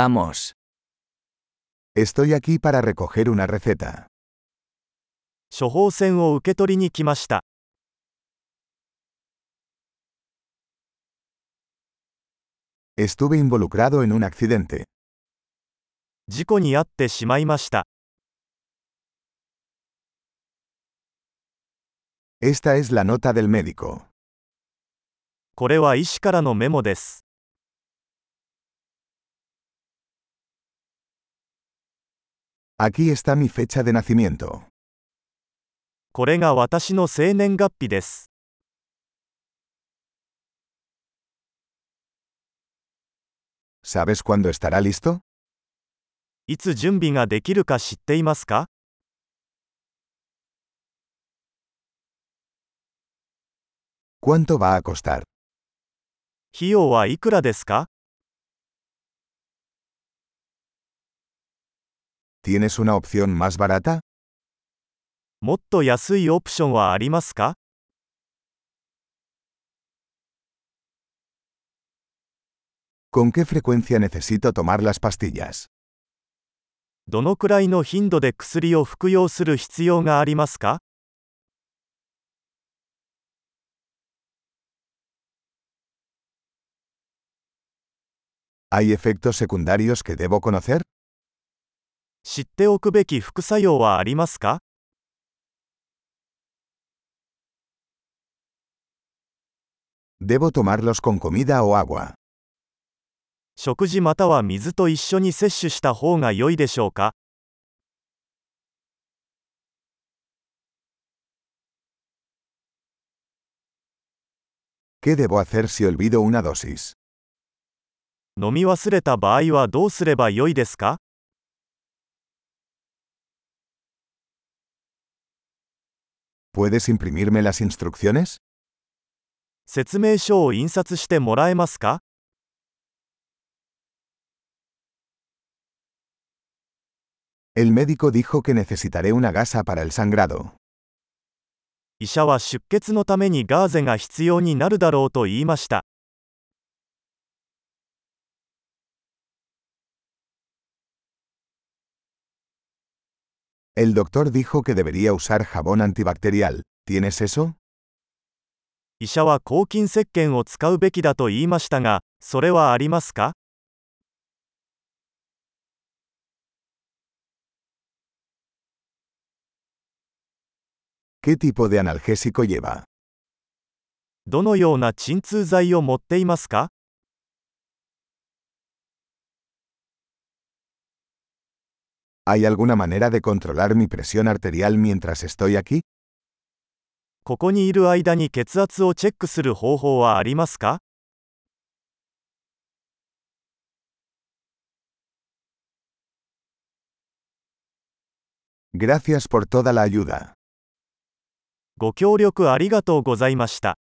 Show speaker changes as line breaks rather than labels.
Vamos.
Estoy aquí para recoger una receta.
処方箋を受け取りに来ました
Estuve involucrado en un accidente.
事故に遭ってしまいました
Esta es la nota del médico.
これは医師からのメモです
Aquí está mi fecha de nacimiento.
これが私の生年月日です
¿Sabes cuándo estará listo?
いつ準備ができるか知っていますか
¿Cuánto va a costar?
費用はいくらですか
¿Tienes una opción más barata?
もっと安いオプションはありますか
¿Con qué frecuencia necesito tomar las pastillas?
どのくらいの頻度で薬を服用する必要がありますか
¿Hay efectos secundarios que debo conocer?
知っておくべき副作用はありますか
¿Debo tomarlos con comida o agua?
食事または水と一緒に摂取した方が良いでしょうか
¿Qué debo hacer si olvido una dosis?
飲み忘れた場合はどうすれば良いですか
¿Puedes imprimirme las instrucciones?
説明書を印刷してもらえますか
El médico dijo que necesitaré una gasa para el sangrado.
医者は出血のためにガーゼが必要になるだろうと言いました。
El doctor dijo que debería usar jabón antibacterial. ¿Tienes eso?
医者は抗菌石鹸を使うべきだと言いましたが、それはありますか
¿Qué tipo de analgésico lleva?
どのような鎮痛剤を持っていますか
¿Hay alguna manera de controlar mi presión arterial mientras estoy aquí?
ここにいる間に血圧をチェックする方法はありますか
Gracias por toda la ayuda.
ご協力ありがとうございました。